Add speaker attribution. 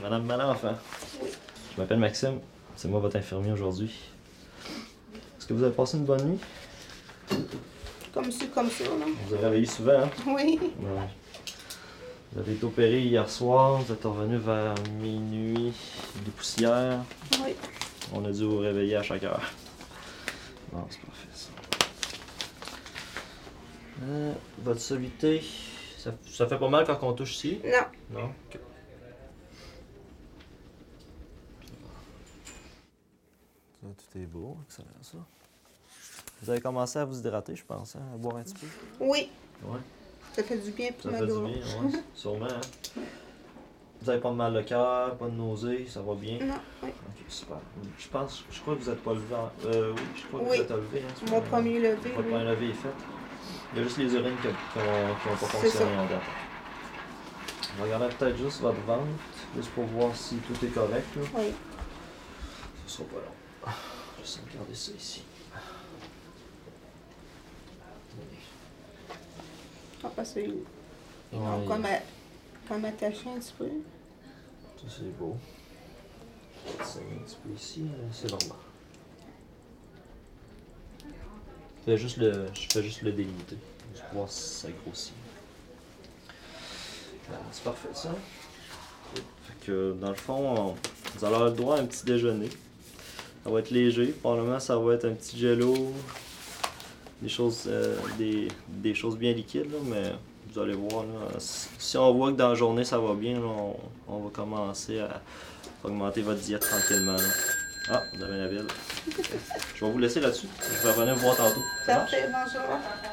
Speaker 1: Madame Malenfant. Je m'appelle Maxime. C'est moi votre infirmier aujourd'hui. Est-ce que vous avez passé une bonne nuit?
Speaker 2: Comme ça, comme ça, là.
Speaker 1: Vous avez réveillé souvent, hein?
Speaker 2: Oui.
Speaker 1: Ouais. Vous avez été opéré hier soir. Vous êtes revenu vers minuit des poussières.
Speaker 2: Oui.
Speaker 1: On a dû vous réveiller à chaque heure. Non, c'est parfait ça. Euh, votre solité, ça, ça fait pas mal quand on touche ici?
Speaker 2: Non.
Speaker 1: Non? Ok. Ça, tout est beau, excellent ça. Vous avez commencé à vous hydrater, je pense, hein, à boire un petit peu.
Speaker 2: Oui.
Speaker 1: Ouais,
Speaker 2: Ça fait du bien pour
Speaker 1: ça
Speaker 2: ma
Speaker 1: fait du
Speaker 2: douleur.
Speaker 1: bien, ouais, sûrement. Hein. Vous avez pas de mal de cœur, pas de nausée, ça va bien.
Speaker 2: Non, oui.
Speaker 1: Ok, super. Je pense, je crois que vous êtes pas levé. en- Euh, oui, je crois que
Speaker 2: Oui.
Speaker 1: vous êtes levé. Hein,
Speaker 2: Mon premier lever,
Speaker 1: Votre
Speaker 2: oui.
Speaker 1: premier lever est fait. Il y a juste les urines qui n'ont pas
Speaker 2: C'est
Speaker 1: fonctionné en date. On va regarder peut-être juste votre ventre, juste pour voir si tout est correct. Là.
Speaker 2: Oui.
Speaker 1: Ce sera pas long. Ah, Je vais regarder ça ici.
Speaker 2: Ah, parce qu'ils
Speaker 1: Ouais,
Speaker 2: ont comme, à- comme attaché un petit peu.
Speaker 1: Ça c'est beau. C'est un petit peu ici, euh, c'est normal. Je fais juste le, je fais juste le délimiter. Juste pour voir si ça grossit. Ah, c'est parfait ça. Fait que dans le fond, on- vous allez avoir le droit à un petit déjeuner. Ça va être léger. Probablement ça va être un petit jello. Des choses, euh, des, des choses bien liquides, là, mais vous allez voir. là, si si on voit que dans la journée ça va bien, là, on, on va commencer à augmenter votre diète tranquillement. là. Ah, vous avez la belle. Je vais vous laisser là-dessus. Je vais revenir vous voir tantôt. Ça marche?
Speaker 2: Parfait, bonjour.